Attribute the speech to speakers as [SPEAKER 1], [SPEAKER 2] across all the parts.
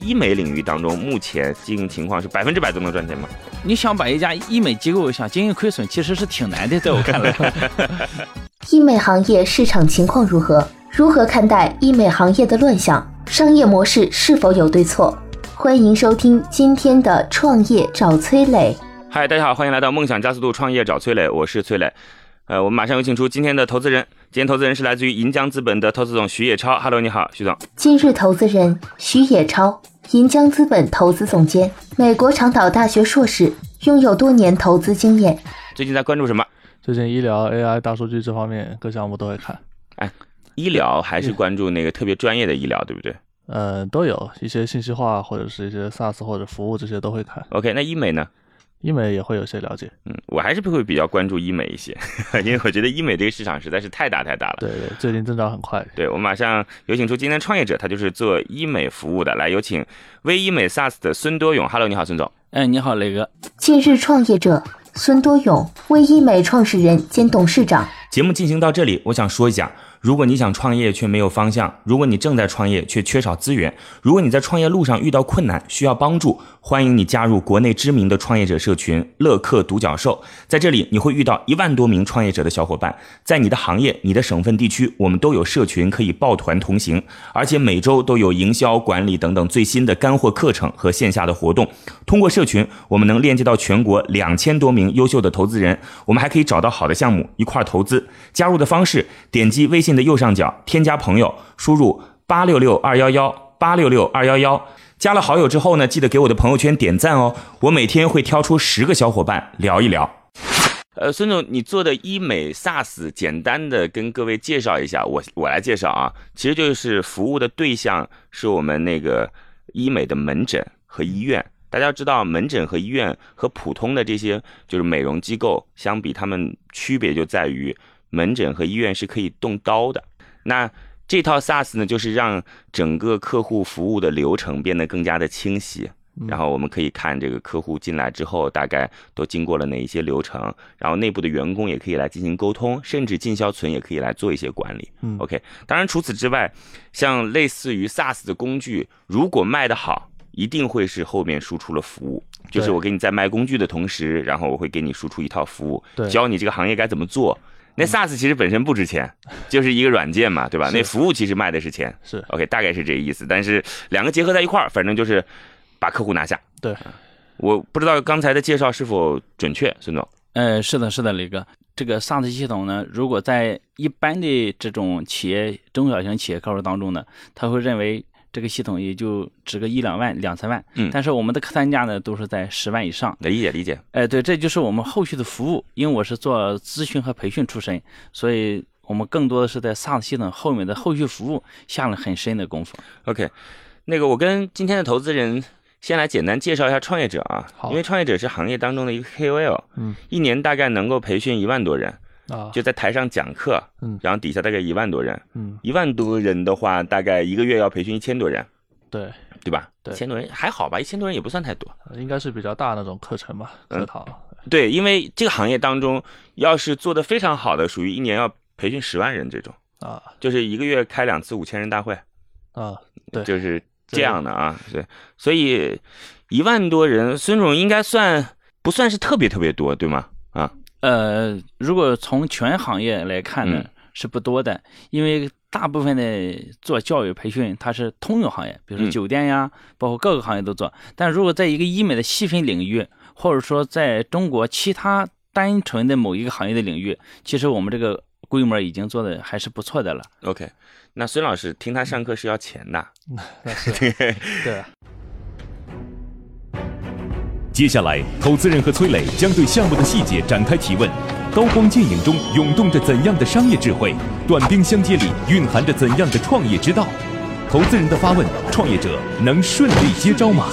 [SPEAKER 1] 医美领域当中，目前经营情况是百分之百都能赚钱吗？
[SPEAKER 2] 你想把一家医美机构想经营亏损，其实是挺难的，在我看 来。
[SPEAKER 3] 医美行业市场情况如何？如何看待医美行业的乱象？商业模式是否有对错？欢迎收听今天的《创业找崔磊》。
[SPEAKER 1] 嗨，大家好，欢迎来到梦想加速度创业找崔磊，我是崔磊。呃，我们马上有请出今天的投资人，今天投资人是来自于银江资本的投资总徐野超。Hello，你好，徐总。
[SPEAKER 3] 今日投资人徐野超，银江资本投资总监，美国长岛大学硕士，拥有多年投资经验。
[SPEAKER 1] 最近在关注什么？
[SPEAKER 4] 最近医疗、AI、大数据这方面各项目都会看。
[SPEAKER 1] 哎，医疗还是关注那个特别专业的医疗，对不对？
[SPEAKER 4] 呃，都有一些信息化或者是一些 SaaS 或者服务这些都会看。
[SPEAKER 1] OK，那医美呢？
[SPEAKER 4] 医美也会有些了解。
[SPEAKER 1] 嗯，我还是会比较关注医美一些， 因为我觉得医美这个市场实在是太大太大了。
[SPEAKER 4] 对对，最近增长很快。
[SPEAKER 1] 对，我们马上有请出今天创业者，他就是做医美服务的，来有请微医美 SaaS 的孙多勇。Hello，你好，孙总。
[SPEAKER 2] 哎，你好，磊哥。
[SPEAKER 3] 近日创业者孙多勇，微医美创始人兼董事长。
[SPEAKER 1] 节目进行到这里，我想说一下：如果你想创业却没有方向，如果你正在创业却缺少资源，如果你在创业路上遇到困难需要帮助，欢迎你加入国内知名的创业者社群“乐客独角兽”。在这里，你会遇到一万多名创业者的小伙伴，在你的行业、你的省份、地区，我们都有社群可以抱团同行，而且每周都有营销管理等等最新的干货课程和线下的活动。通过社群，我们能链接到全国两千多名优秀的投资人，我们还可以找到好的项目一块投资。加入的方式：点击微信的右上角添加朋友，输入八六六二幺幺八六六二幺幺。加了好友之后呢，记得给我的朋友圈点赞哦。我每天会挑出十个小伙伴聊一聊。呃，孙总，你做的医美 SaaS，简单的跟各位介绍一下，我我来介绍啊。其实就是服务的对象是我们那个医美的门诊和医院。大家知道，门诊和医院和普通的这些就是美容机构相比，它们区别就在于门诊和医院是可以动刀的。那这套 SaaS 呢，就是让整个客户服务的流程变得更加的清晰。
[SPEAKER 4] 嗯
[SPEAKER 1] 然后我们可以看这个客户进来之后，大概都经过了哪一些流程，然后内部的员工也可以来进行沟通，甚至进销存也可以来做一些管理。
[SPEAKER 4] 嗯
[SPEAKER 1] OK，当然除此之外，像类似于 SaaS 的工具，如果卖得好，一定会是后面输出了服务，就是
[SPEAKER 4] 对
[SPEAKER 1] 我给你在卖工具的同时，然后我会给你输出一套服务，
[SPEAKER 4] 对嗯
[SPEAKER 1] 教你这个行业该怎么做。那 SaaS 其实本身不值钱，就是一个软件 嘛，对吧？
[SPEAKER 4] 是
[SPEAKER 1] 那服务其实卖的是钱。
[SPEAKER 4] 是
[SPEAKER 1] OK，大概是这个意思。但是两个结合在一块儿，反正就是把客户拿下。啊
[SPEAKER 4] 对，
[SPEAKER 1] 我不知道刚才的介绍是否准确，孙总。
[SPEAKER 2] 呃，是的，是的，磊哥，这个 SaaS 系统呢，如果在一般的这种企业、中小型企业客户当中呢，他会认为这个系统也就值个一两万、两三万，
[SPEAKER 1] 嗯
[SPEAKER 2] 但是我们的客单价呢都是在十万以上。
[SPEAKER 1] 理解理解。
[SPEAKER 2] 哎，对，这就是我们后续的服务，因为我是做咨询和培训出身，所以我们更多的是在 SaaS 系统后面的后续服务下了很深的功夫。
[SPEAKER 1] OK，那个我跟今天的投资人先来简单介绍一下创业者啊，
[SPEAKER 4] 好
[SPEAKER 1] 因为创业者是行业当中的一个 KOL，
[SPEAKER 4] 嗯，
[SPEAKER 1] 一年大概能够培训一万多人，
[SPEAKER 4] 啊，
[SPEAKER 1] 就在台上讲课，
[SPEAKER 4] 嗯
[SPEAKER 1] 然后底下大概一万多人，
[SPEAKER 4] 嗯，
[SPEAKER 1] 一万多人的话，大概一个月要培训一千多人，
[SPEAKER 4] 对，
[SPEAKER 1] 对吧？
[SPEAKER 4] 对
[SPEAKER 1] 一千多人还好吧，一千多人也不算太多。
[SPEAKER 4] 应该是比较大那种课程吧，
[SPEAKER 1] 嗯
[SPEAKER 4] 课堂。
[SPEAKER 1] 对，因为这个行业当中，要是做的非常好的，属于一年要培训十万人这种，
[SPEAKER 4] 啊
[SPEAKER 1] 就是一个月开两次五千人大会，
[SPEAKER 4] 啊，对
[SPEAKER 1] 就是这样的啊。对，所以一万多人，孙总应该算不算是特别特别多，对吗？啊，
[SPEAKER 2] 呃，如果从全行业来看呢，
[SPEAKER 1] 嗯
[SPEAKER 2] 是不多的，因为大部分的做教育培训它是通用行业，比如说
[SPEAKER 1] 嗯
[SPEAKER 2] 酒店呀，包括各个行业都做。但如果在一个医美的细分领域，或者说在中国其他单纯的某一个行业的领域，其实我们这个规模已经做的还是不错的了。
[SPEAKER 1] OK，那孙老师听他上课是要钱的，
[SPEAKER 4] 那是对啊，
[SPEAKER 5] 接下来，投资人和崔磊将对项目的细节展开提问。刀光剑影中涌动着怎样的商业智慧？短兵相接里蕴含着怎样的创业之道？投资人的发问，创业者能顺利接招吗？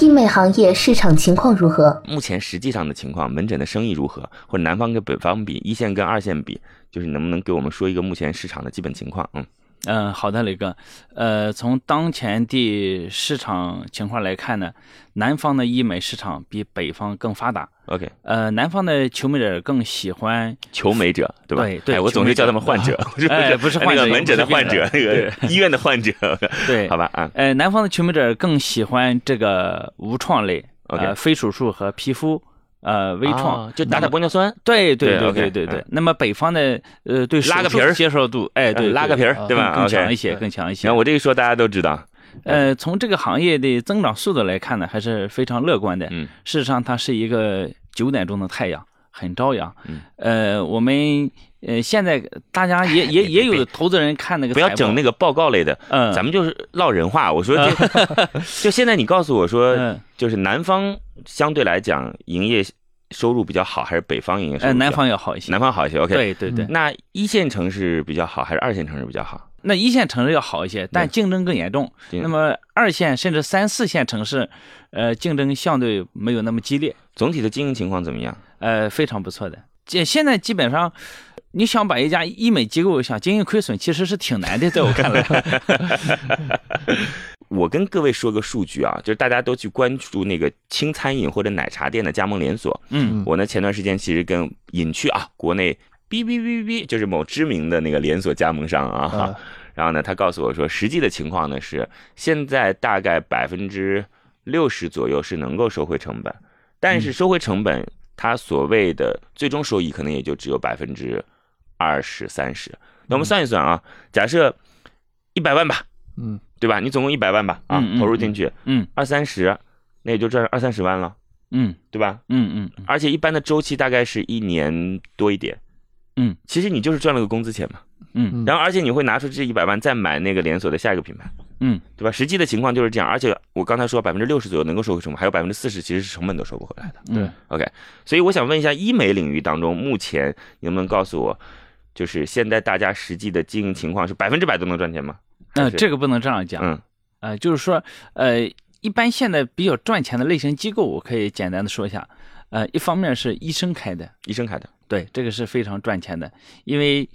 [SPEAKER 3] 医美行业市场情况如何？
[SPEAKER 1] 目前实际上的情况，门诊的生意如何，或者南方跟北方比，一线跟二线比，就是能不能给我们说一个目前市场的基本情况？嗯，
[SPEAKER 2] 嗯，好的，雷哥。呃，从当前的市场情况来看呢，南方的医美市场比北方更发达。
[SPEAKER 1] OK，
[SPEAKER 2] 呃，南方的求美者更喜欢，
[SPEAKER 1] 求美者对吧？
[SPEAKER 2] 对对
[SPEAKER 1] 哎我总是叫他们 患者，不是
[SPEAKER 2] 哎不是
[SPEAKER 1] 那
[SPEAKER 2] 患
[SPEAKER 1] 个
[SPEAKER 2] 者
[SPEAKER 1] 门诊的患者，
[SPEAKER 2] 也不
[SPEAKER 1] 那
[SPEAKER 2] 是病
[SPEAKER 1] 个
[SPEAKER 2] 人
[SPEAKER 1] 医院的患者，
[SPEAKER 2] 对，
[SPEAKER 1] 好吧啊，
[SPEAKER 2] 呃，南方的求美者更喜欢这个无创类
[SPEAKER 1] OK
[SPEAKER 2] 呃，非手术和皮肤，呃，微创。
[SPEAKER 1] 啊就打打玻尿酸，
[SPEAKER 2] 对对
[SPEAKER 1] 对
[SPEAKER 2] 对
[SPEAKER 1] ，OK，
[SPEAKER 2] 对对对
[SPEAKER 1] 嗯。
[SPEAKER 2] 那么北方的呃，对
[SPEAKER 1] 拉
[SPEAKER 2] 手
[SPEAKER 1] 个
[SPEAKER 2] 术
[SPEAKER 1] 皮儿
[SPEAKER 2] 接受度，哎，对，
[SPEAKER 1] 拉个皮
[SPEAKER 2] 儿，
[SPEAKER 1] 儿
[SPEAKER 2] 更
[SPEAKER 1] 对吧
[SPEAKER 2] 更强一
[SPEAKER 1] ？OK，嗯
[SPEAKER 2] 些，更强一些
[SPEAKER 1] 然后。我这一说大家都知道，
[SPEAKER 2] 呃，从这个行业的增长速度来看呢，还是非常乐观的。
[SPEAKER 1] 嗯
[SPEAKER 2] 事实上它是一个九点钟的太阳，很朝阳。
[SPEAKER 1] 嗯
[SPEAKER 2] 呃，我们呃现在大家也也
[SPEAKER 1] 哎别
[SPEAKER 2] 也有
[SPEAKER 1] 别
[SPEAKER 2] 投资人看那个
[SPEAKER 1] 不要
[SPEAKER 2] 财报
[SPEAKER 1] 整那个报告类的，
[SPEAKER 2] 嗯，
[SPEAKER 1] 咱们就是唠人话。我说这， 就现在你告诉我说
[SPEAKER 2] 嗯，
[SPEAKER 1] 就是南方相对来讲营业收入比较好，还是北方营业收入
[SPEAKER 2] 呃
[SPEAKER 1] 比较好？
[SPEAKER 2] 南方要好一些。
[SPEAKER 1] 南方好一些，OK。，
[SPEAKER 2] 对对对，
[SPEAKER 1] 那一线城市比较好，还是二线城市比较好？
[SPEAKER 2] 那一线城市要好一些，但
[SPEAKER 1] 对
[SPEAKER 2] 竞争更严重。
[SPEAKER 1] 竞
[SPEAKER 2] 那么二线甚至三四线城市，呃，竞争相对没有那么激烈，
[SPEAKER 1] 总体的经营情况怎么样？
[SPEAKER 2] 呃，非常不错的。这现在基本上，你想把一家医美机构想经营亏损，其实是挺难的，在我看来。
[SPEAKER 1] 我跟各位说个数据啊，就是大家都去关注那个轻餐饮或者奶茶店的加盟连锁。
[SPEAKER 2] 嗯
[SPEAKER 1] 我呢前段时间其实跟隐去啊，国内哔哔哔哔，就是某知名的那个连锁加盟商啊
[SPEAKER 2] 嗯
[SPEAKER 4] 啊，
[SPEAKER 1] 然后呢，他告诉我说，实际的情况呢是，现在大概百分之六十左右是能够收回成本，但
[SPEAKER 2] 嗯
[SPEAKER 1] 是收回成本，它所谓的最终收益可能也就只有百分之二十三十。那我
[SPEAKER 2] 嗯
[SPEAKER 1] 们算一算啊，假设一百万吧，
[SPEAKER 4] 嗯，
[SPEAKER 1] 对吧？你总共一百万吧，啊
[SPEAKER 2] 嗯，嗯
[SPEAKER 1] 投入进去
[SPEAKER 2] 嗯
[SPEAKER 1] 二三十，那也就赚二三十万了，
[SPEAKER 2] 嗯
[SPEAKER 1] 对吧？
[SPEAKER 2] 嗯嗯
[SPEAKER 1] 而且一般的周期大概是一年多一点。
[SPEAKER 2] 嗯，
[SPEAKER 1] 其实你就是赚了个工资钱嘛，
[SPEAKER 2] 嗯
[SPEAKER 1] 然后而且你会拿出这一百万再买那个连锁的下一个品牌，
[SPEAKER 2] 嗯
[SPEAKER 1] 对吧？实际的情况就是这样，而且我刚才说百分之六十左右能够收回成本，还有百分之四十其实是成本都收不回来的。
[SPEAKER 2] 嗯，对。
[SPEAKER 1] OK，所以我想问一下，医美领域当中目前你能不能告诉我，就是现在大家实际的经营情况是百分之百都能赚钱吗？
[SPEAKER 2] 那、
[SPEAKER 1] 还是
[SPEAKER 2] 这个不能这样讲，
[SPEAKER 1] 嗯
[SPEAKER 2] 呃，就是说，呃，一般现在比较赚钱的类型机构，我可以简单的说一下，呃，一方面是医生开的，
[SPEAKER 1] 医生开的，
[SPEAKER 2] 对，这个是非常赚钱的，因为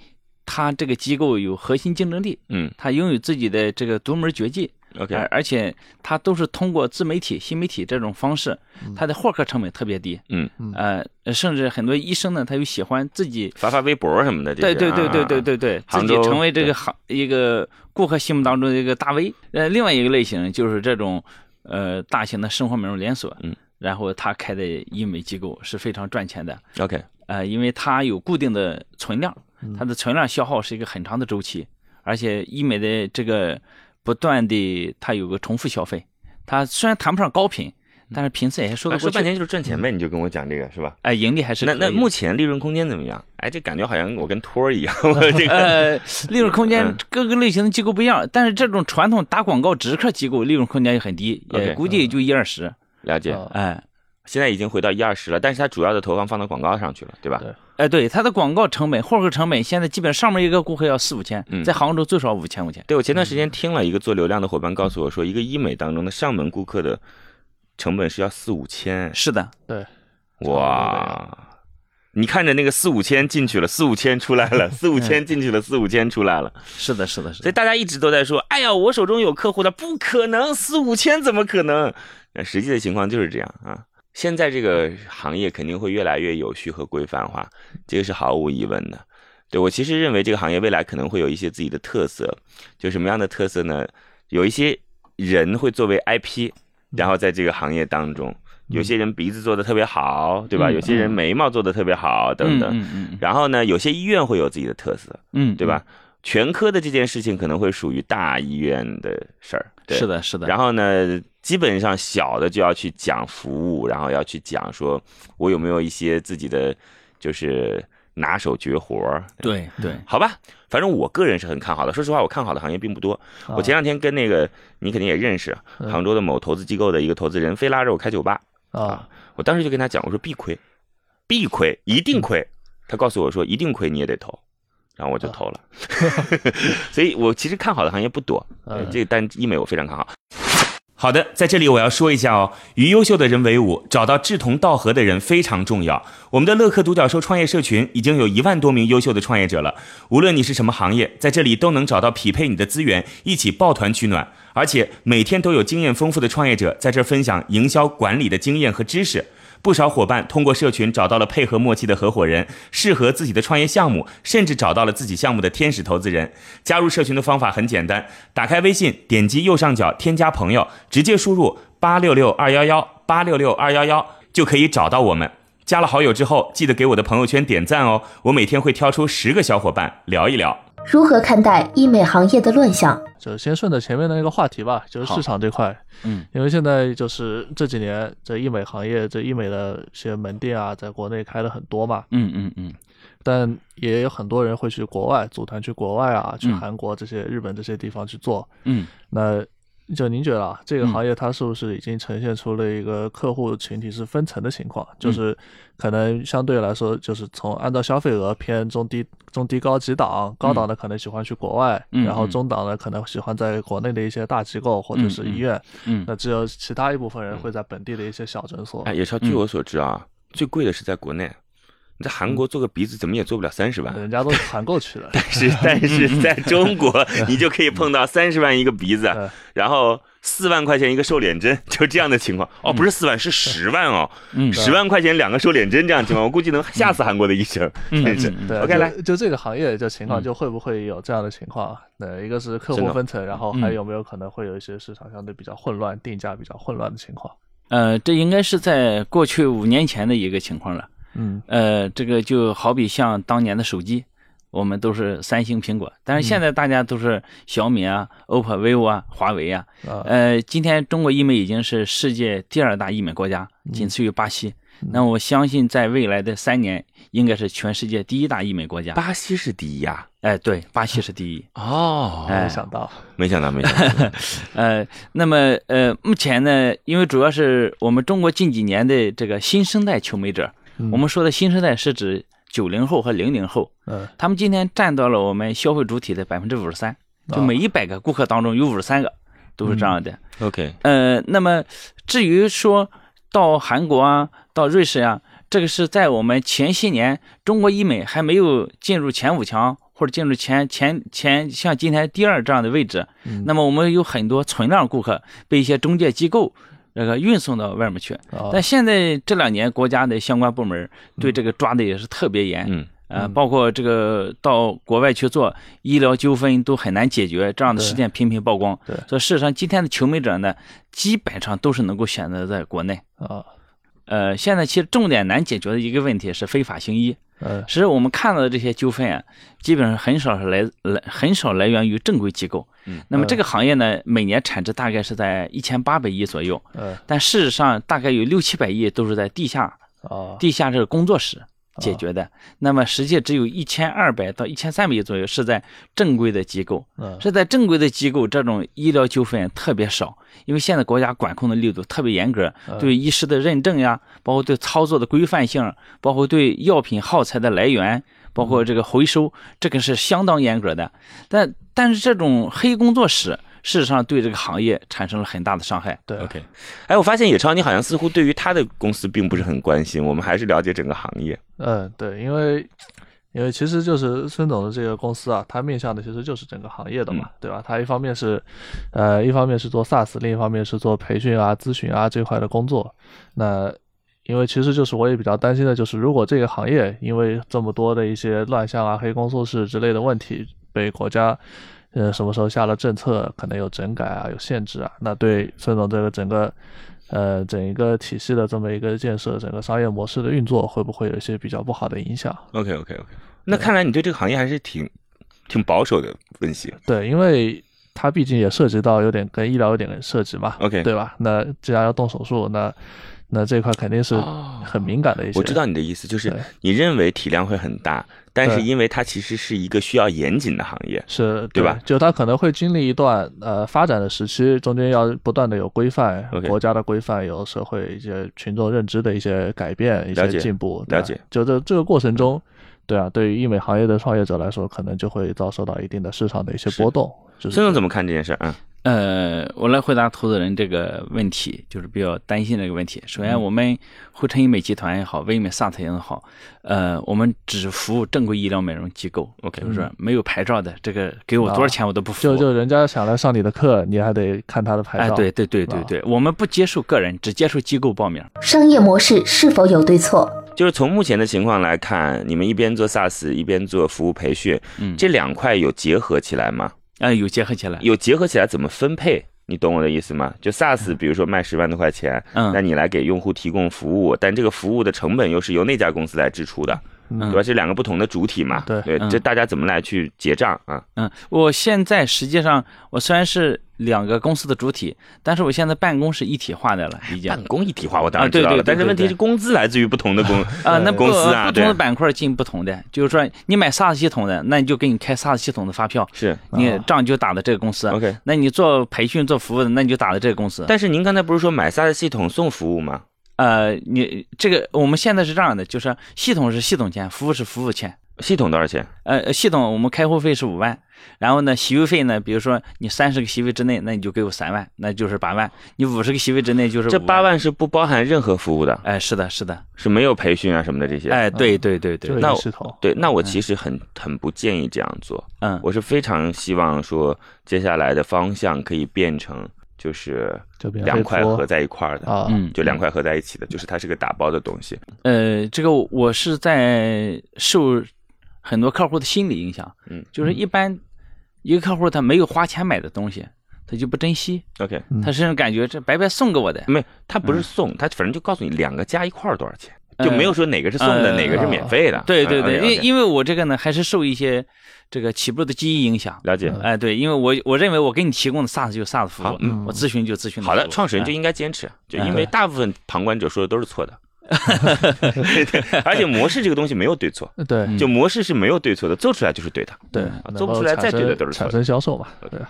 [SPEAKER 2] 他这个机构有核心竞争力，
[SPEAKER 1] 嗯
[SPEAKER 2] 他拥有自己的这个独门绝技，
[SPEAKER 1] ，OK，
[SPEAKER 2] 而而且他都是通过自媒体、新媒体这种方式，他的获客成本特别低，
[SPEAKER 1] 嗯，
[SPEAKER 2] 呃，甚至很多医生呢，他又喜欢自己
[SPEAKER 1] 发发微博什么的，这
[SPEAKER 2] 对
[SPEAKER 1] 些
[SPEAKER 2] 对对
[SPEAKER 1] 啊
[SPEAKER 2] 对对对对，自
[SPEAKER 1] 杭
[SPEAKER 2] 己
[SPEAKER 1] 州
[SPEAKER 2] 成为这
[SPEAKER 1] 对
[SPEAKER 2] 个行一个顾客心目当中的一个大 V。呃，另外一个类型就是这种呃大型的生活美容连锁，
[SPEAKER 1] 嗯，
[SPEAKER 2] 然后他开的医美机构是非常赚钱的，
[SPEAKER 1] 啊，OK，
[SPEAKER 2] 呃，因为它有固定的存量，
[SPEAKER 1] 嗯
[SPEAKER 2] 它的存量消耗是一个很长的周期，而且医美的这个不断的它有个重复消费，它虽然谈不上高频，但是频次也说
[SPEAKER 1] 啊
[SPEAKER 2] 得过
[SPEAKER 1] 说半
[SPEAKER 2] 去，
[SPEAKER 1] 天就是赚钱呗，你就跟我讲这个是吧？
[SPEAKER 2] 哎，盈利还是
[SPEAKER 1] 那
[SPEAKER 2] 可
[SPEAKER 1] 那
[SPEAKER 2] 以
[SPEAKER 1] 目前利润空间怎么样？哎，这感觉好像我跟托儿一样， 我 这个
[SPEAKER 2] 呃，利润空间
[SPEAKER 1] 嗯
[SPEAKER 2] 各个类型的机构不一样，但是这种传统打广告直客机构利润空间也很低，
[SPEAKER 1] OK，嗯
[SPEAKER 2] 也估计也就一二十。
[SPEAKER 1] 了解。
[SPEAKER 4] 啊
[SPEAKER 2] 哎
[SPEAKER 1] 现在已经回到一二十了，但是它主要的投放放到广告上去了，对吧？
[SPEAKER 4] 对
[SPEAKER 2] 哎，对，它的广告成本、获客成本现在基本上面一个顾客要四五千
[SPEAKER 1] 嗯，
[SPEAKER 2] 在杭州最少五千块钱。
[SPEAKER 1] 对，我前段
[SPEAKER 2] 嗯
[SPEAKER 1] 时间听了一个做流量的伙伴告诉我说，一个医美当中的上门顾客的成本是要四五千，
[SPEAKER 2] 是的，
[SPEAKER 4] 对，
[SPEAKER 1] 哇！你看着那个四五千进去了，四五千出来了，四五千进去了，四五千出来了，
[SPEAKER 2] 是的，是的，是
[SPEAKER 1] 所以
[SPEAKER 2] 的。
[SPEAKER 1] 大家一直都在说，哎呀，我手中有客户的，不可能，四五千怎么可能？那实际的情况就是这样啊。现在这个行业肯定会越来越有序和规范化，这个是毫无疑问的。对我其实认为这个行业未来可能会有一些自己的特色，就什么样的特色呢？有一些人会作为 IP，然后在这个行业当中，有些人鼻子做的特别好，对吧？
[SPEAKER 2] 嗯
[SPEAKER 1] 有些人眉毛做的特别好，等等。
[SPEAKER 2] 嗯嗯嗯
[SPEAKER 1] 然后呢，有些医院会有自己的特色，
[SPEAKER 2] 嗯，
[SPEAKER 1] 对吧？全科的这件事情可能会属于大医院的事儿，
[SPEAKER 2] 嗯？
[SPEAKER 1] 对
[SPEAKER 2] 是。的，是的。
[SPEAKER 1] 然
[SPEAKER 2] 后
[SPEAKER 1] 后呢，基本上小的就要去讲服务，然后要去讲说我有没有一些自己的就是拿手绝活儿，
[SPEAKER 2] 对对，
[SPEAKER 1] 好吧，反正我个人是很看好的。说实话，我看好的行业并不多。
[SPEAKER 2] 啊
[SPEAKER 1] 我前两天跟那个你肯定也认识，
[SPEAKER 4] 嗯
[SPEAKER 1] 杭州的某投资机构的一个投资人，非拉着我开酒吧，
[SPEAKER 4] 啊，
[SPEAKER 1] 我当时就跟他讲，我说必亏，必亏，一定亏。他告诉我说一定亏，你也得投，然后我就投了。 所以我其实看好的行业不多，对
[SPEAKER 4] 嗯
[SPEAKER 1] 这个但医美我非常看好。好的，在这里我要说一下哦，与优秀的人为伍，找到志同道合的人非常重要。我们的乐客独角兽创业社群已经有一万多名优秀的创业者了，无论你是什么行业，在这里都能找到匹配你的资源，一起抱团取暖。而且每天都有经验丰富的创业者在这儿分享营销管理的经验和知识。不少伙伴通过社群找到了配合默契的合伙人，适合自己的创业项目，甚至找到了自己项目的天使投资人。加入社群的方法很简单，打开微信，点击右上角添加朋友，直接输入八六六二幺幺八六六二幺幺就可以找到我们。加了好友之后，记得给我的朋友圈点赞哦，我每天会挑出十个小伙伴聊一聊。
[SPEAKER 3] 如何看待医美行业的乱象？
[SPEAKER 4] 就先顺着前面的那个话题吧，就是
[SPEAKER 2] 好
[SPEAKER 4] 市场这块，
[SPEAKER 2] 嗯，
[SPEAKER 4] 因为现在就是这几年这医美行业，这医美的一些门店啊，在国内开了很多嘛，
[SPEAKER 2] 嗯嗯嗯，
[SPEAKER 4] 但也有很多人会去国外组团去国外啊，去
[SPEAKER 2] 嗯
[SPEAKER 4] 韩国这些、日本这些地方去做。
[SPEAKER 2] 嗯，
[SPEAKER 4] 那就您觉得啊，这个
[SPEAKER 2] 嗯
[SPEAKER 4] 行业它是不是已经呈现出了一个客户群体是分层的情况？
[SPEAKER 2] 嗯
[SPEAKER 4] 就是可能相对来说，就是从按照消费额偏中低、中低高几档，高档的可能喜欢去国外，
[SPEAKER 2] 嗯
[SPEAKER 4] 然后
[SPEAKER 2] 嗯
[SPEAKER 4] 中档的可能喜欢在国内的一些大机构或者是医院，
[SPEAKER 2] 嗯
[SPEAKER 4] 那只有其他一部分人会在本地的一些小诊所。
[SPEAKER 6] 哎，野超，据
[SPEAKER 1] 嗯
[SPEAKER 6] 我所知啊，最贵的是在国内，你在韩
[SPEAKER 1] 嗯
[SPEAKER 6] 国做个鼻子怎么也做不了三十万。
[SPEAKER 4] 人 家都是团购去的，
[SPEAKER 1] 是，但
[SPEAKER 6] 嗯
[SPEAKER 1] 是在中国，你就可以碰到三十万一个鼻
[SPEAKER 4] 嗯
[SPEAKER 1] 子， 然后四万块钱一个瘦脸针，就这样的情况。哦，不是四万，是十万哦，
[SPEAKER 2] 嗯
[SPEAKER 6] 啊
[SPEAKER 1] 十万块钱两个瘦脸针这样的情况，我估计能吓死韩国的医生。
[SPEAKER 6] 嗯
[SPEAKER 1] 真是，
[SPEAKER 4] 对
[SPEAKER 1] 嗯 OK，
[SPEAKER 4] 就
[SPEAKER 1] 来
[SPEAKER 4] 就这个行业就情况，
[SPEAKER 2] 嗯
[SPEAKER 4] 就会不会有这样的情况啊？那一个是客
[SPEAKER 6] 真
[SPEAKER 4] 户
[SPEAKER 6] 的
[SPEAKER 4] 分层，然后
[SPEAKER 2] 嗯
[SPEAKER 4] 还有没有可能会有一些市场相对比较混乱、定价比较混乱的情况？
[SPEAKER 2] 呃，这应该是在过去五年前的一个情况了。
[SPEAKER 4] 嗯，
[SPEAKER 2] 呃，这个就好比像当年的手机，我们都是三星、苹果，但是现在大家都是小米啊、OPPO、vivo 啊、华为啊。
[SPEAKER 4] 啊，
[SPEAKER 2] 呃，今天中国医美已经是世界第二大医美国家，仅次于巴西。那我相信，在未来的三年，应该是全世界第一大医美国家。
[SPEAKER 6] 巴西是第一呀、
[SPEAKER 2] 哎，对，巴西是第一。
[SPEAKER 6] 哦，
[SPEAKER 4] 没
[SPEAKER 2] 哎，
[SPEAKER 4] 想到，
[SPEAKER 6] 没想到，没想到，
[SPEAKER 2] 呃，那么呃，目前呢，因为主要是我们中国近几年的这个新生代求美者，
[SPEAKER 4] 嗯
[SPEAKER 2] 我们说的新生代是指九零后和零零后，
[SPEAKER 4] 嗯，
[SPEAKER 2] 他们今天占到了我们消费主体的百分之五十三，就每一百个顾客当中有五十三个都是这样的。
[SPEAKER 6] OK，
[SPEAKER 2] 呃，那么至于说到韩国啊，到瑞士啊，这个是在我们前些年中国医美还没有进入前五强或者进入前前前像今天第二这样的位置，
[SPEAKER 4] 嗯
[SPEAKER 2] 那么我们有很多存量顾客被一些中介机构。那个运送到外面去，
[SPEAKER 4] 啊
[SPEAKER 2] 但现在这两年国家的相关部门对这个抓的也是特别严，
[SPEAKER 6] 嗯，
[SPEAKER 2] 呃，
[SPEAKER 4] 嗯
[SPEAKER 2] 包括这个到国外去做医疗纠纷都很难解决，这样的
[SPEAKER 4] 对
[SPEAKER 2] 事件频频曝光。
[SPEAKER 4] 对
[SPEAKER 2] 所以事实上今天的求美者呢，基本上都是能够选择在国内。
[SPEAKER 4] 啊，
[SPEAKER 2] 呃，现在其实重点难解决的一个问题是非法行医。
[SPEAKER 4] 呃，
[SPEAKER 2] 其实我们看到的这些纠纷啊，基本上很少是来来很少来源于正规机构。
[SPEAKER 6] 嗯，
[SPEAKER 2] 那么这个行业呢，每年产值大概是在一千八百亿左右，
[SPEAKER 4] 呃，
[SPEAKER 2] 但事实上大概有六七百亿都是在地下
[SPEAKER 4] 啊，
[SPEAKER 2] 地下这个工作室解决的。那么实际只有一千二百到一千三百亿左右是在正规的机构，
[SPEAKER 4] 嗯，
[SPEAKER 2] 是在正规的机构这种医疗纠纷特别少，因为现在国家管控的力度特别严格，
[SPEAKER 4] 嗯
[SPEAKER 2] 对医师的认证呀，包括对操作的规范性，包括对药品耗材的来源。包括这个回收，这个是相当严格的，但但是这种黑工作室事实上对这个行业产生了很大的伤害。
[SPEAKER 1] 啊
[SPEAKER 4] 对
[SPEAKER 6] OK，哎，我发现野超你好像似乎对于他的公司并不是很关心，我们还是了解整个行业。
[SPEAKER 4] 嗯，对，因为因为其实就是孙总的这个公司啊，它面向的其实就是整个行业的嘛，对吧？它一方面是，呃，一方面是做 SaaS，另一方面是做培训啊、咨询啊这块的工作。那因为其实就是我也比较担心的，就是如果这个行业因为这么多的一些乱象啊、黑工作室之类的问题被国家。呃，什么时候下了政策，可能有整改啊，有限制啊，那对孙总这个整个呃整一个体系的这么一个建设，整个商业模式的运作会不会有一些比较不好的影响？
[SPEAKER 6] OK OK OK，那看来你对这个行业还是挺挺保守的分析。
[SPEAKER 4] 对，因为它毕竟也涉及到有点跟医疗有点涉及嘛
[SPEAKER 6] OK
[SPEAKER 4] 对吧？那既然要动手术，那那这块肯定是
[SPEAKER 6] 哦
[SPEAKER 4] 很敏感的一些。
[SPEAKER 6] 我知道你的意思，就是
[SPEAKER 4] 对
[SPEAKER 6] 你认为体量会很大，但是
[SPEAKER 4] 对
[SPEAKER 6] 因为它其实是一个需要严谨的行业。
[SPEAKER 4] 是
[SPEAKER 6] 对吧
[SPEAKER 4] 就它可能会经历一段呃发展的时期，中间要不断的有规范
[SPEAKER 6] OK
[SPEAKER 4] 国家的规范，有社会一些群众认知的一些改变、一
[SPEAKER 6] 了
[SPEAKER 4] 些
[SPEAKER 6] 解
[SPEAKER 4] 进步。对吧
[SPEAKER 6] 了解，
[SPEAKER 4] 就这这个过程中，对啊，对于医美行业的创业者来说，可能就会遭受到一定的市场的一些波动。就
[SPEAKER 1] 嗯
[SPEAKER 4] 是
[SPEAKER 6] 孙总怎么看这件事儿啊？
[SPEAKER 2] 呃，我来回答投资人这个问题，就是比较担心这个问题。首
[SPEAKER 4] 嗯
[SPEAKER 2] 先，我们汇成医美集团也好，威美 SAT 也好，呃，我们只服务正规医疗美容机构。OK，就是说没有牌照的，这个给我多少钱我都不服。
[SPEAKER 4] 嗯哦就就人家想来上你的课，你还得看他的牌
[SPEAKER 2] 哎，
[SPEAKER 4] 照。啊
[SPEAKER 2] 对对对对对，我们不接受个人，只接受机构报名。
[SPEAKER 3] 商业模式是否有对错？
[SPEAKER 1] 就是从目前的情况来看，你们一边做 SaaS 一边做服务培训，
[SPEAKER 2] 嗯，
[SPEAKER 1] 这两块有结合起来吗？
[SPEAKER 2] 啊、有结合起来。
[SPEAKER 1] 有结合起来怎么分配？你懂我的意思吗？就
[SPEAKER 4] 嗯
[SPEAKER 1] SaaS，比如说卖十万多块钱，
[SPEAKER 2] 嗯
[SPEAKER 1] 那你来给用户提供服务，但这个服务的成本又是由那家公司来支出的，
[SPEAKER 4] 嗯
[SPEAKER 1] 对吧？这两个不同的主体嘛，
[SPEAKER 4] 对
[SPEAKER 1] 对
[SPEAKER 2] 嗯，
[SPEAKER 1] 这大家怎么来去结账啊？
[SPEAKER 2] 嗯，我现在实际上我虽然是两个公司的主体，但是我现在办公是一体化的了，已经。
[SPEAKER 1] 办公一体化我当然
[SPEAKER 2] 啊对
[SPEAKER 1] 知道
[SPEAKER 2] 对
[SPEAKER 1] 了，
[SPEAKER 2] 对
[SPEAKER 1] 但是问题
[SPEAKER 2] 对
[SPEAKER 1] 是工资来自于不同的公
[SPEAKER 2] 啊，那不
[SPEAKER 1] 公司啊，
[SPEAKER 2] 不同
[SPEAKER 1] 对
[SPEAKER 2] 的，板块进不同的，就是说你买 SaaS 系统的，那你就给你开 SaaS 系统的发票，
[SPEAKER 1] 是
[SPEAKER 2] 你账就打的这个公司。
[SPEAKER 1] 啊 OK。
[SPEAKER 2] 那你做培训做服务的，那你就打的这个公司。
[SPEAKER 1] 但是您刚才不是说买 SaaS 系统送服务吗？
[SPEAKER 2] 呃，你这个我们现在是这样的，就是系统是系统钱，服务是服务钱。
[SPEAKER 1] 系统多少钱？
[SPEAKER 2] 呃，系统我们开户费是五万，然后呢，席位费呢，比如说你三十个席位之内，那你就给我三万，那就是八万；你五十个席位之内就是
[SPEAKER 1] 这
[SPEAKER 2] 5
[SPEAKER 1] 八。万是不包含任何服务的，
[SPEAKER 2] 哎，是的，是的，
[SPEAKER 1] 是没有培训啊什么的这些。
[SPEAKER 2] 哎，对对对对
[SPEAKER 4] 就，
[SPEAKER 1] 那
[SPEAKER 4] 一
[SPEAKER 1] 我
[SPEAKER 4] 个系统。
[SPEAKER 1] 对，那我其实很很不建议这样做。
[SPEAKER 2] 嗯，
[SPEAKER 1] 我是非常希望说，接下来的方向可以变成就是
[SPEAKER 4] 就免费
[SPEAKER 1] 两块
[SPEAKER 4] 播
[SPEAKER 1] 合在一块儿的，
[SPEAKER 4] 啊，
[SPEAKER 2] 嗯，
[SPEAKER 1] 就两块合在一起的，就是它是个打包的东西。
[SPEAKER 2] 呃，这个我是在受很多客户的心理影响，
[SPEAKER 1] 嗯
[SPEAKER 2] 就是一般一个客户他没有花钱买的东西，他就不珍惜，
[SPEAKER 1] OK，
[SPEAKER 4] 嗯
[SPEAKER 2] 他甚至感觉这白白送给我的，
[SPEAKER 1] 没，它
[SPEAKER 7] 嗯
[SPEAKER 1] 不是送，它反正就告诉你两个加一块儿多少钱，
[SPEAKER 2] 呃
[SPEAKER 1] 就没有说哪个是送的，
[SPEAKER 7] 嗯
[SPEAKER 2] 呃
[SPEAKER 1] 哪个是免费的。嗯
[SPEAKER 2] 对对对，因
[SPEAKER 1] 为
[SPEAKER 2] 因为我这个呢还是受一些这个起步的记忆影响，
[SPEAKER 1] 了解。
[SPEAKER 2] 哎、对，因为我我认为我给你提供的 SaaS 就是 SaaS 服务
[SPEAKER 1] 好，嗯
[SPEAKER 2] 我咨询就咨询
[SPEAKER 1] 好
[SPEAKER 7] 嗯
[SPEAKER 1] 的，
[SPEAKER 2] 服务
[SPEAKER 1] 创始人就
[SPEAKER 2] 哎
[SPEAKER 1] 应该坚持，就因
[SPEAKER 2] 嗯
[SPEAKER 1] 为大部分旁观者说的都是错 的。而且模式这个东西没有对错，
[SPEAKER 4] 对
[SPEAKER 7] 嗯
[SPEAKER 1] 就模式是没有对错的，做出来就是对的。
[SPEAKER 4] 对
[SPEAKER 1] 嗯啊，
[SPEAKER 4] 能
[SPEAKER 1] 做不
[SPEAKER 4] 够
[SPEAKER 1] 出来
[SPEAKER 4] 产
[SPEAKER 1] 再对的
[SPEAKER 4] 生
[SPEAKER 1] 都是错
[SPEAKER 4] 产
[SPEAKER 1] 的
[SPEAKER 4] 生销售嘛，对吧？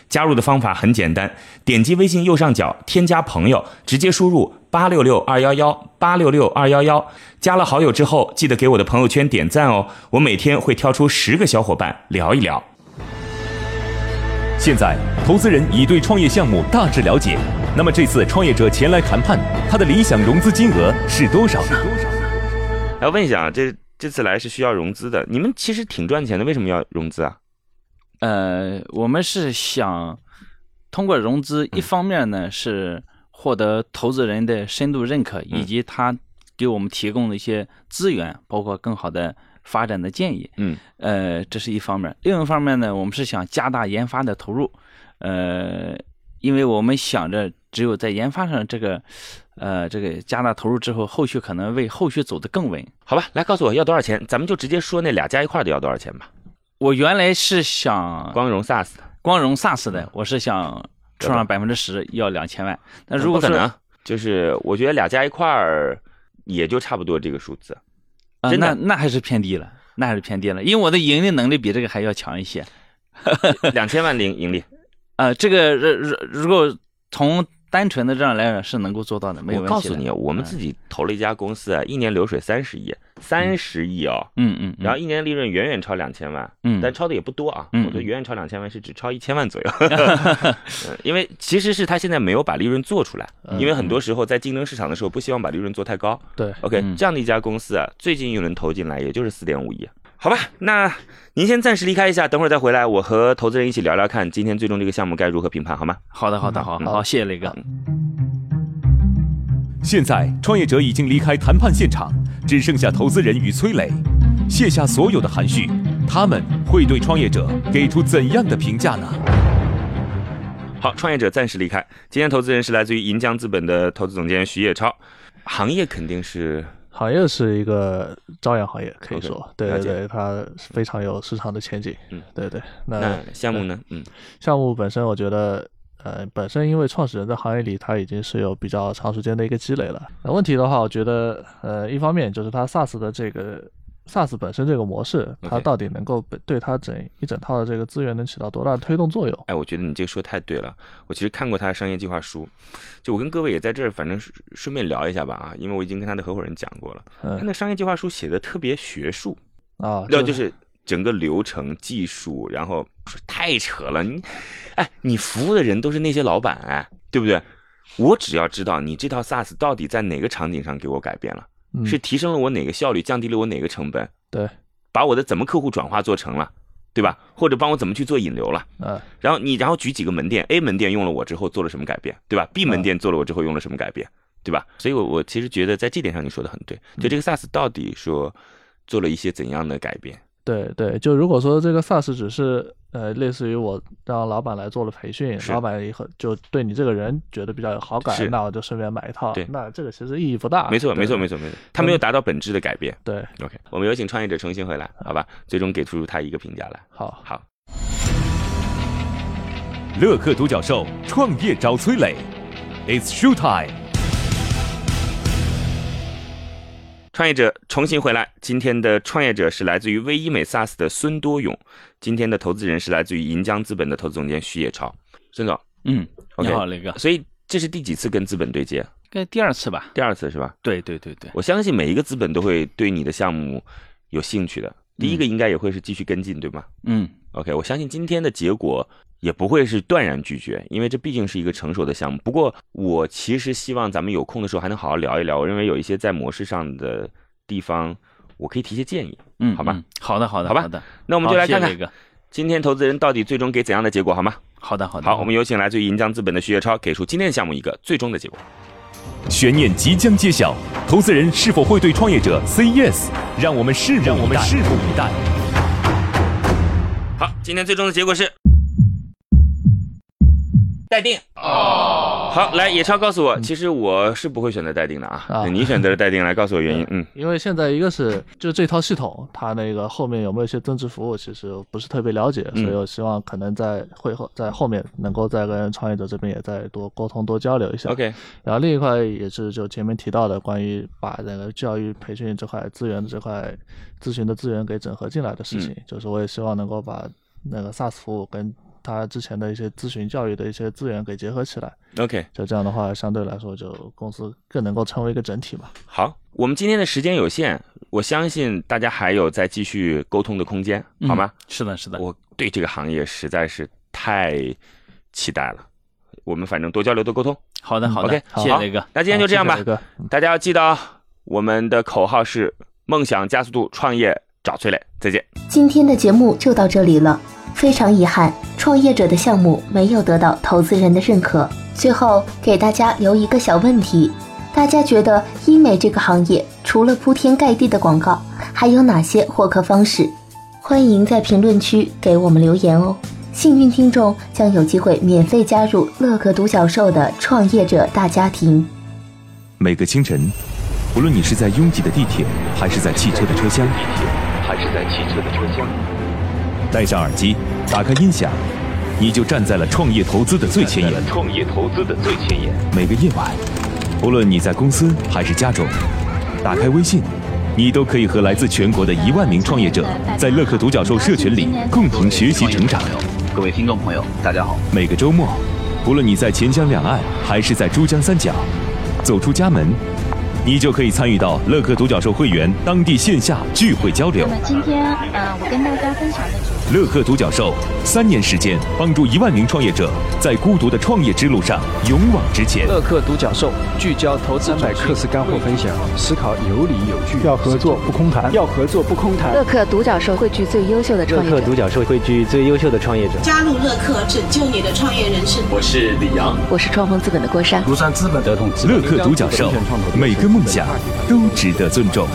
[SPEAKER 7] 加入的方法很简单，点击微信右上角添加朋友，直接输入八六六二幺幺八六六二幺幺。加了好友之后，记得给我的朋友圈点赞哦，我每天会挑出十个小伙伴聊一聊。
[SPEAKER 5] 现在，投资人已对创业项目大致了解。那么这次创业者前来谈判，他的理想融资金额是多少呢？
[SPEAKER 1] 来问一下啊，这这次来是需要融资的，你们其实挺赚钱的，为什么要融资啊？
[SPEAKER 2] 呃，我们是想通过融资，一方面呢是获得投资人的深度认可，以及他给我们提供的一些资源，包括更好的发展的建议。
[SPEAKER 1] 嗯，
[SPEAKER 2] 呃，这是一方面。另一方面呢，我们是想加大研发的投入，呃，因为我们想着只有在研发上这个，呃，这个加大投入之后，后续可能为后续走得更稳。
[SPEAKER 1] 好吧，来告诉我要多少钱，咱们就直接说那俩加一块儿的要多少钱吧。
[SPEAKER 2] 我原来是想
[SPEAKER 1] 光融 SaaS 的，
[SPEAKER 2] 光融 SaaS 的，
[SPEAKER 1] 嗯
[SPEAKER 2] 我是想出上百分之十，要两千万。那如果
[SPEAKER 1] 不
[SPEAKER 2] 是
[SPEAKER 1] 可能，啊就是我觉得俩加一块儿也就差不多这个数 字。
[SPEAKER 2] 啊
[SPEAKER 1] 真的
[SPEAKER 2] 那那还是偏低了，那还是偏低了，因为我的盈利能力比这个还要强一些。
[SPEAKER 1] 两千万零盈利，
[SPEAKER 2] 呃，这个如如如果从单纯的这样来讲是能够做到的，没有
[SPEAKER 1] 我
[SPEAKER 2] 问
[SPEAKER 1] 告
[SPEAKER 2] 题的。
[SPEAKER 1] 诉你，哦我们自己投了一家公司，啊，一年流水三十亿，三十亿哦，
[SPEAKER 2] 嗯嗯，嗯
[SPEAKER 1] 然后一年利润远远超两千万，
[SPEAKER 2] 嗯
[SPEAKER 1] 但超的也不多啊。
[SPEAKER 2] 嗯
[SPEAKER 1] 我觉得远远超两千万是只超一千万左 右，嗯因为其实是他现在没有把利润做出来，
[SPEAKER 2] 嗯
[SPEAKER 1] 因为很多时候在竞争市场的时候不希望把利润做太高。
[SPEAKER 4] 对，
[SPEAKER 1] OK，
[SPEAKER 2] 嗯
[SPEAKER 1] 这样的一家公司啊，最近一轮投进来也就是四点五亿。好吧，那您先暂时离开一下，等会儿再回来，我和投资人一起聊聊看，今天最终这个项目该如何评判，好吗？
[SPEAKER 2] 好的好的
[SPEAKER 1] 嗯
[SPEAKER 2] 好好，谢谢雷哥。
[SPEAKER 5] 现在，创业者已经离开谈判现场，只剩下投资人与崔磊，卸下所有的含蓄，他们会对创业者给出怎样的评价呢？
[SPEAKER 1] 好，创业者暂时离开。今天投资人是来自于银江资本的投资总监徐野超，行业肯定是
[SPEAKER 4] 行业是一个朝阳行业，可以
[SPEAKER 1] OK，
[SPEAKER 4] 说，对
[SPEAKER 1] 了
[SPEAKER 4] 对
[SPEAKER 1] 解
[SPEAKER 4] 对，它非常有市场的前景。
[SPEAKER 1] 嗯，
[SPEAKER 4] 对对。
[SPEAKER 2] 呃
[SPEAKER 1] 那项目呢？嗯。
[SPEAKER 4] 项目本身，我觉得，呃，本身因为创始人在行业里他已经是有比较长时间的一个积累了。那问题的话，我觉得呃，一方面就是它 SaaS 的这个 SaaS 本身这个模式，它
[SPEAKER 1] OK
[SPEAKER 4] 到底能够对它整一整套的这个资源能起到多大的推动作用？
[SPEAKER 1] 哎，我觉得你这个说太对了。我其实看过他的商业计划书，就我跟各位也在这儿，反正顺顺便聊一下吧啊，因为我已经跟他的合伙人讲过了，他
[SPEAKER 4] 嗯
[SPEAKER 1] 那商业计划书写的特别学术，
[SPEAKER 4] 啊，
[SPEAKER 1] 要就是整个流程、技术，然后太扯了。你，哎，你服务的人都是那些老板，哎，对不对？我只要知道你这套 SaaS 到底在哪个场景上给我改变了，
[SPEAKER 4] 嗯
[SPEAKER 1] 是提升了我哪个效率，降低了我哪个成本，
[SPEAKER 4] 对，
[SPEAKER 1] 把我的怎么客户转化做成了，对吧？或者帮我怎么去做引流了。
[SPEAKER 4] 呃
[SPEAKER 1] 然后你然后举几个门店，A 门店用了我之后做了什么改变，对吧？B 门店做了我之后用了什么改变，对吧？嗯嗯所以我，我其实觉得在这点上你说的很对，就这个 SaaS 到底说做了一些怎样的改变？
[SPEAKER 4] 对对，就如果说这个 SaaS 只是呃，类似于我让老板来做了培训，
[SPEAKER 1] 是
[SPEAKER 4] 老板以后就对你这个人觉得比较有好感
[SPEAKER 1] 是，
[SPEAKER 4] 那我就顺便买一套
[SPEAKER 1] 对，
[SPEAKER 4] 那这个其实意义不大。
[SPEAKER 1] 没错，
[SPEAKER 4] 对
[SPEAKER 1] 没错，没。错，没错，他没有达到本质的改变。
[SPEAKER 4] 对，
[SPEAKER 1] 嗯 OK，我嗯们有请创业者重新回来，好吧？最终给出他一个评价来。
[SPEAKER 4] 好，
[SPEAKER 1] 好，
[SPEAKER 5] 乐客独角兽创业找崔磊，It's show time。
[SPEAKER 1] 创业者重新回来，今天的创业者是来自于微医美 SaaS 的孙多勇，今天的投资人是来自于银江资本的投资总监徐野超。孙总
[SPEAKER 2] 嗯，你
[SPEAKER 1] ，OK，
[SPEAKER 2] 好，雷哥，
[SPEAKER 1] 所以这是第几次跟资本对接？
[SPEAKER 2] 该第二次吧？
[SPEAKER 1] 第二次是吧？
[SPEAKER 2] 对对对对，
[SPEAKER 1] 我相信每一个资本都会对你的项目有兴趣的。第一个应该也会是继续跟进，对吗
[SPEAKER 2] 嗯，
[SPEAKER 1] ？OK，我相信今天的结果也不会是断然拒绝，因为这毕竟是一个成熟的项目。不过，我其实希望咱们有空的时候还能好好聊一聊。我认为有一些在模式上的地方，我可以提些建议。
[SPEAKER 2] 嗯，
[SPEAKER 1] 好吧
[SPEAKER 2] 嗯，好的，好的，
[SPEAKER 1] 好吧
[SPEAKER 2] 的，
[SPEAKER 1] 那我
[SPEAKER 2] 我
[SPEAKER 1] 们就来看看
[SPEAKER 2] 雷哥，
[SPEAKER 1] 今天投资人到底最终给怎样的结果，好吗？
[SPEAKER 2] 好的，好的，
[SPEAKER 1] 好，我们有请来自于银江资本的徐月超，给出今天的项目一个最终的结果。
[SPEAKER 5] 悬念即将揭晓，投资人是否会对创业者 say yes？让我们拭目我们拭目以待。
[SPEAKER 1] 好，今天最终的结果是待定。哦，好，来野超告诉我，其实我是不会选择待定的嗯啊。
[SPEAKER 4] 啊
[SPEAKER 1] 你选择了待定，来告诉我原 因。嗯，
[SPEAKER 4] 因为现在一个是就这套系统，它那个后面有没有一些增值服务，其实我不是特别了解，
[SPEAKER 1] 嗯
[SPEAKER 4] 所以我希望可能在会后在后面能够再跟创业者这边也再多沟通、多交流一下。
[SPEAKER 1] OK，
[SPEAKER 4] 然后另一块也是就前面提到的关于把那个教育培训这块资源的这块咨询的资源给整合进来的事情，就是我也希望能够把那个 SaaS 服务跟它之前的一些咨询教育的一些资源给结合起来，
[SPEAKER 1] OK，
[SPEAKER 4] 就这样的话，相对来说就公司更能够成为一个整体嘛。
[SPEAKER 1] 好，我们今天的时间有限，我相信大家还有再继续沟通的空间，
[SPEAKER 2] 嗯
[SPEAKER 1] 好吗？？
[SPEAKER 2] 是的，是的，
[SPEAKER 1] 我对这个行业实在是太期待了。我们反正多交流多沟通。
[SPEAKER 2] 好的，好的
[SPEAKER 1] OK，，
[SPEAKER 2] 谢谢
[SPEAKER 1] 好
[SPEAKER 2] 雷哥，
[SPEAKER 1] 那今天就这样吧
[SPEAKER 4] 好谢谢。雷哥
[SPEAKER 1] 大家要记得、哦，我们的口号是梦想加速度，创业找崔磊。再见。
[SPEAKER 3] 今天的节目就到这里了。非常遗憾，创业者的项目没有得到投资人的认可。最后给大家留一个小问题：大家觉得医美这个行业除了铺天盖地的广告，还有哪些获客方式？欢迎在评论区给我们留言哦。幸运听众将有机会免费加入乐客独角兽的创业者大家庭。
[SPEAKER 5] 每个清晨，无论你是在拥挤的地铁，还是在汽车的车厢，
[SPEAKER 8] 还是在汽车的车厢。
[SPEAKER 5] 戴上耳机，打开音响，你就站在了创业投资的最前沿。
[SPEAKER 8] 创业投资的最前沿。
[SPEAKER 5] 每个夜晚，无论你在公司还是家中，打开微信，你都可以和来自全国的一万名创业者，在乐客独角兽社群里共同学习成长。
[SPEAKER 8] 各位听众朋友，大家好。
[SPEAKER 5] 每个周末，无论你在钱江两岸还是在珠江三角，走出家门，你就可以参与到乐客独角兽会员当地线下聚会交流
[SPEAKER 9] 那。么今天，呃，我跟大家分享的主题
[SPEAKER 5] 乐客独角兽三年时间，帮助一万名创业者在孤独的创业之路上勇往直前。
[SPEAKER 10] 乐客独角兽聚焦投资百课时干货分享，
[SPEAKER 11] 嗯
[SPEAKER 10] 思考有理有据，要合作不空谈，要合作不空谈。
[SPEAKER 12] 乐客独角兽汇聚最优秀的创业者，
[SPEAKER 10] 角兽汇聚最优秀的创业者。
[SPEAKER 11] 加入乐客，拯救你的创业人生。
[SPEAKER 8] 我是李阳。
[SPEAKER 12] 我是创丰资本的郭珊。
[SPEAKER 10] 庐山资本得统
[SPEAKER 5] 乐客独角兽，每个梦想都值得尊重。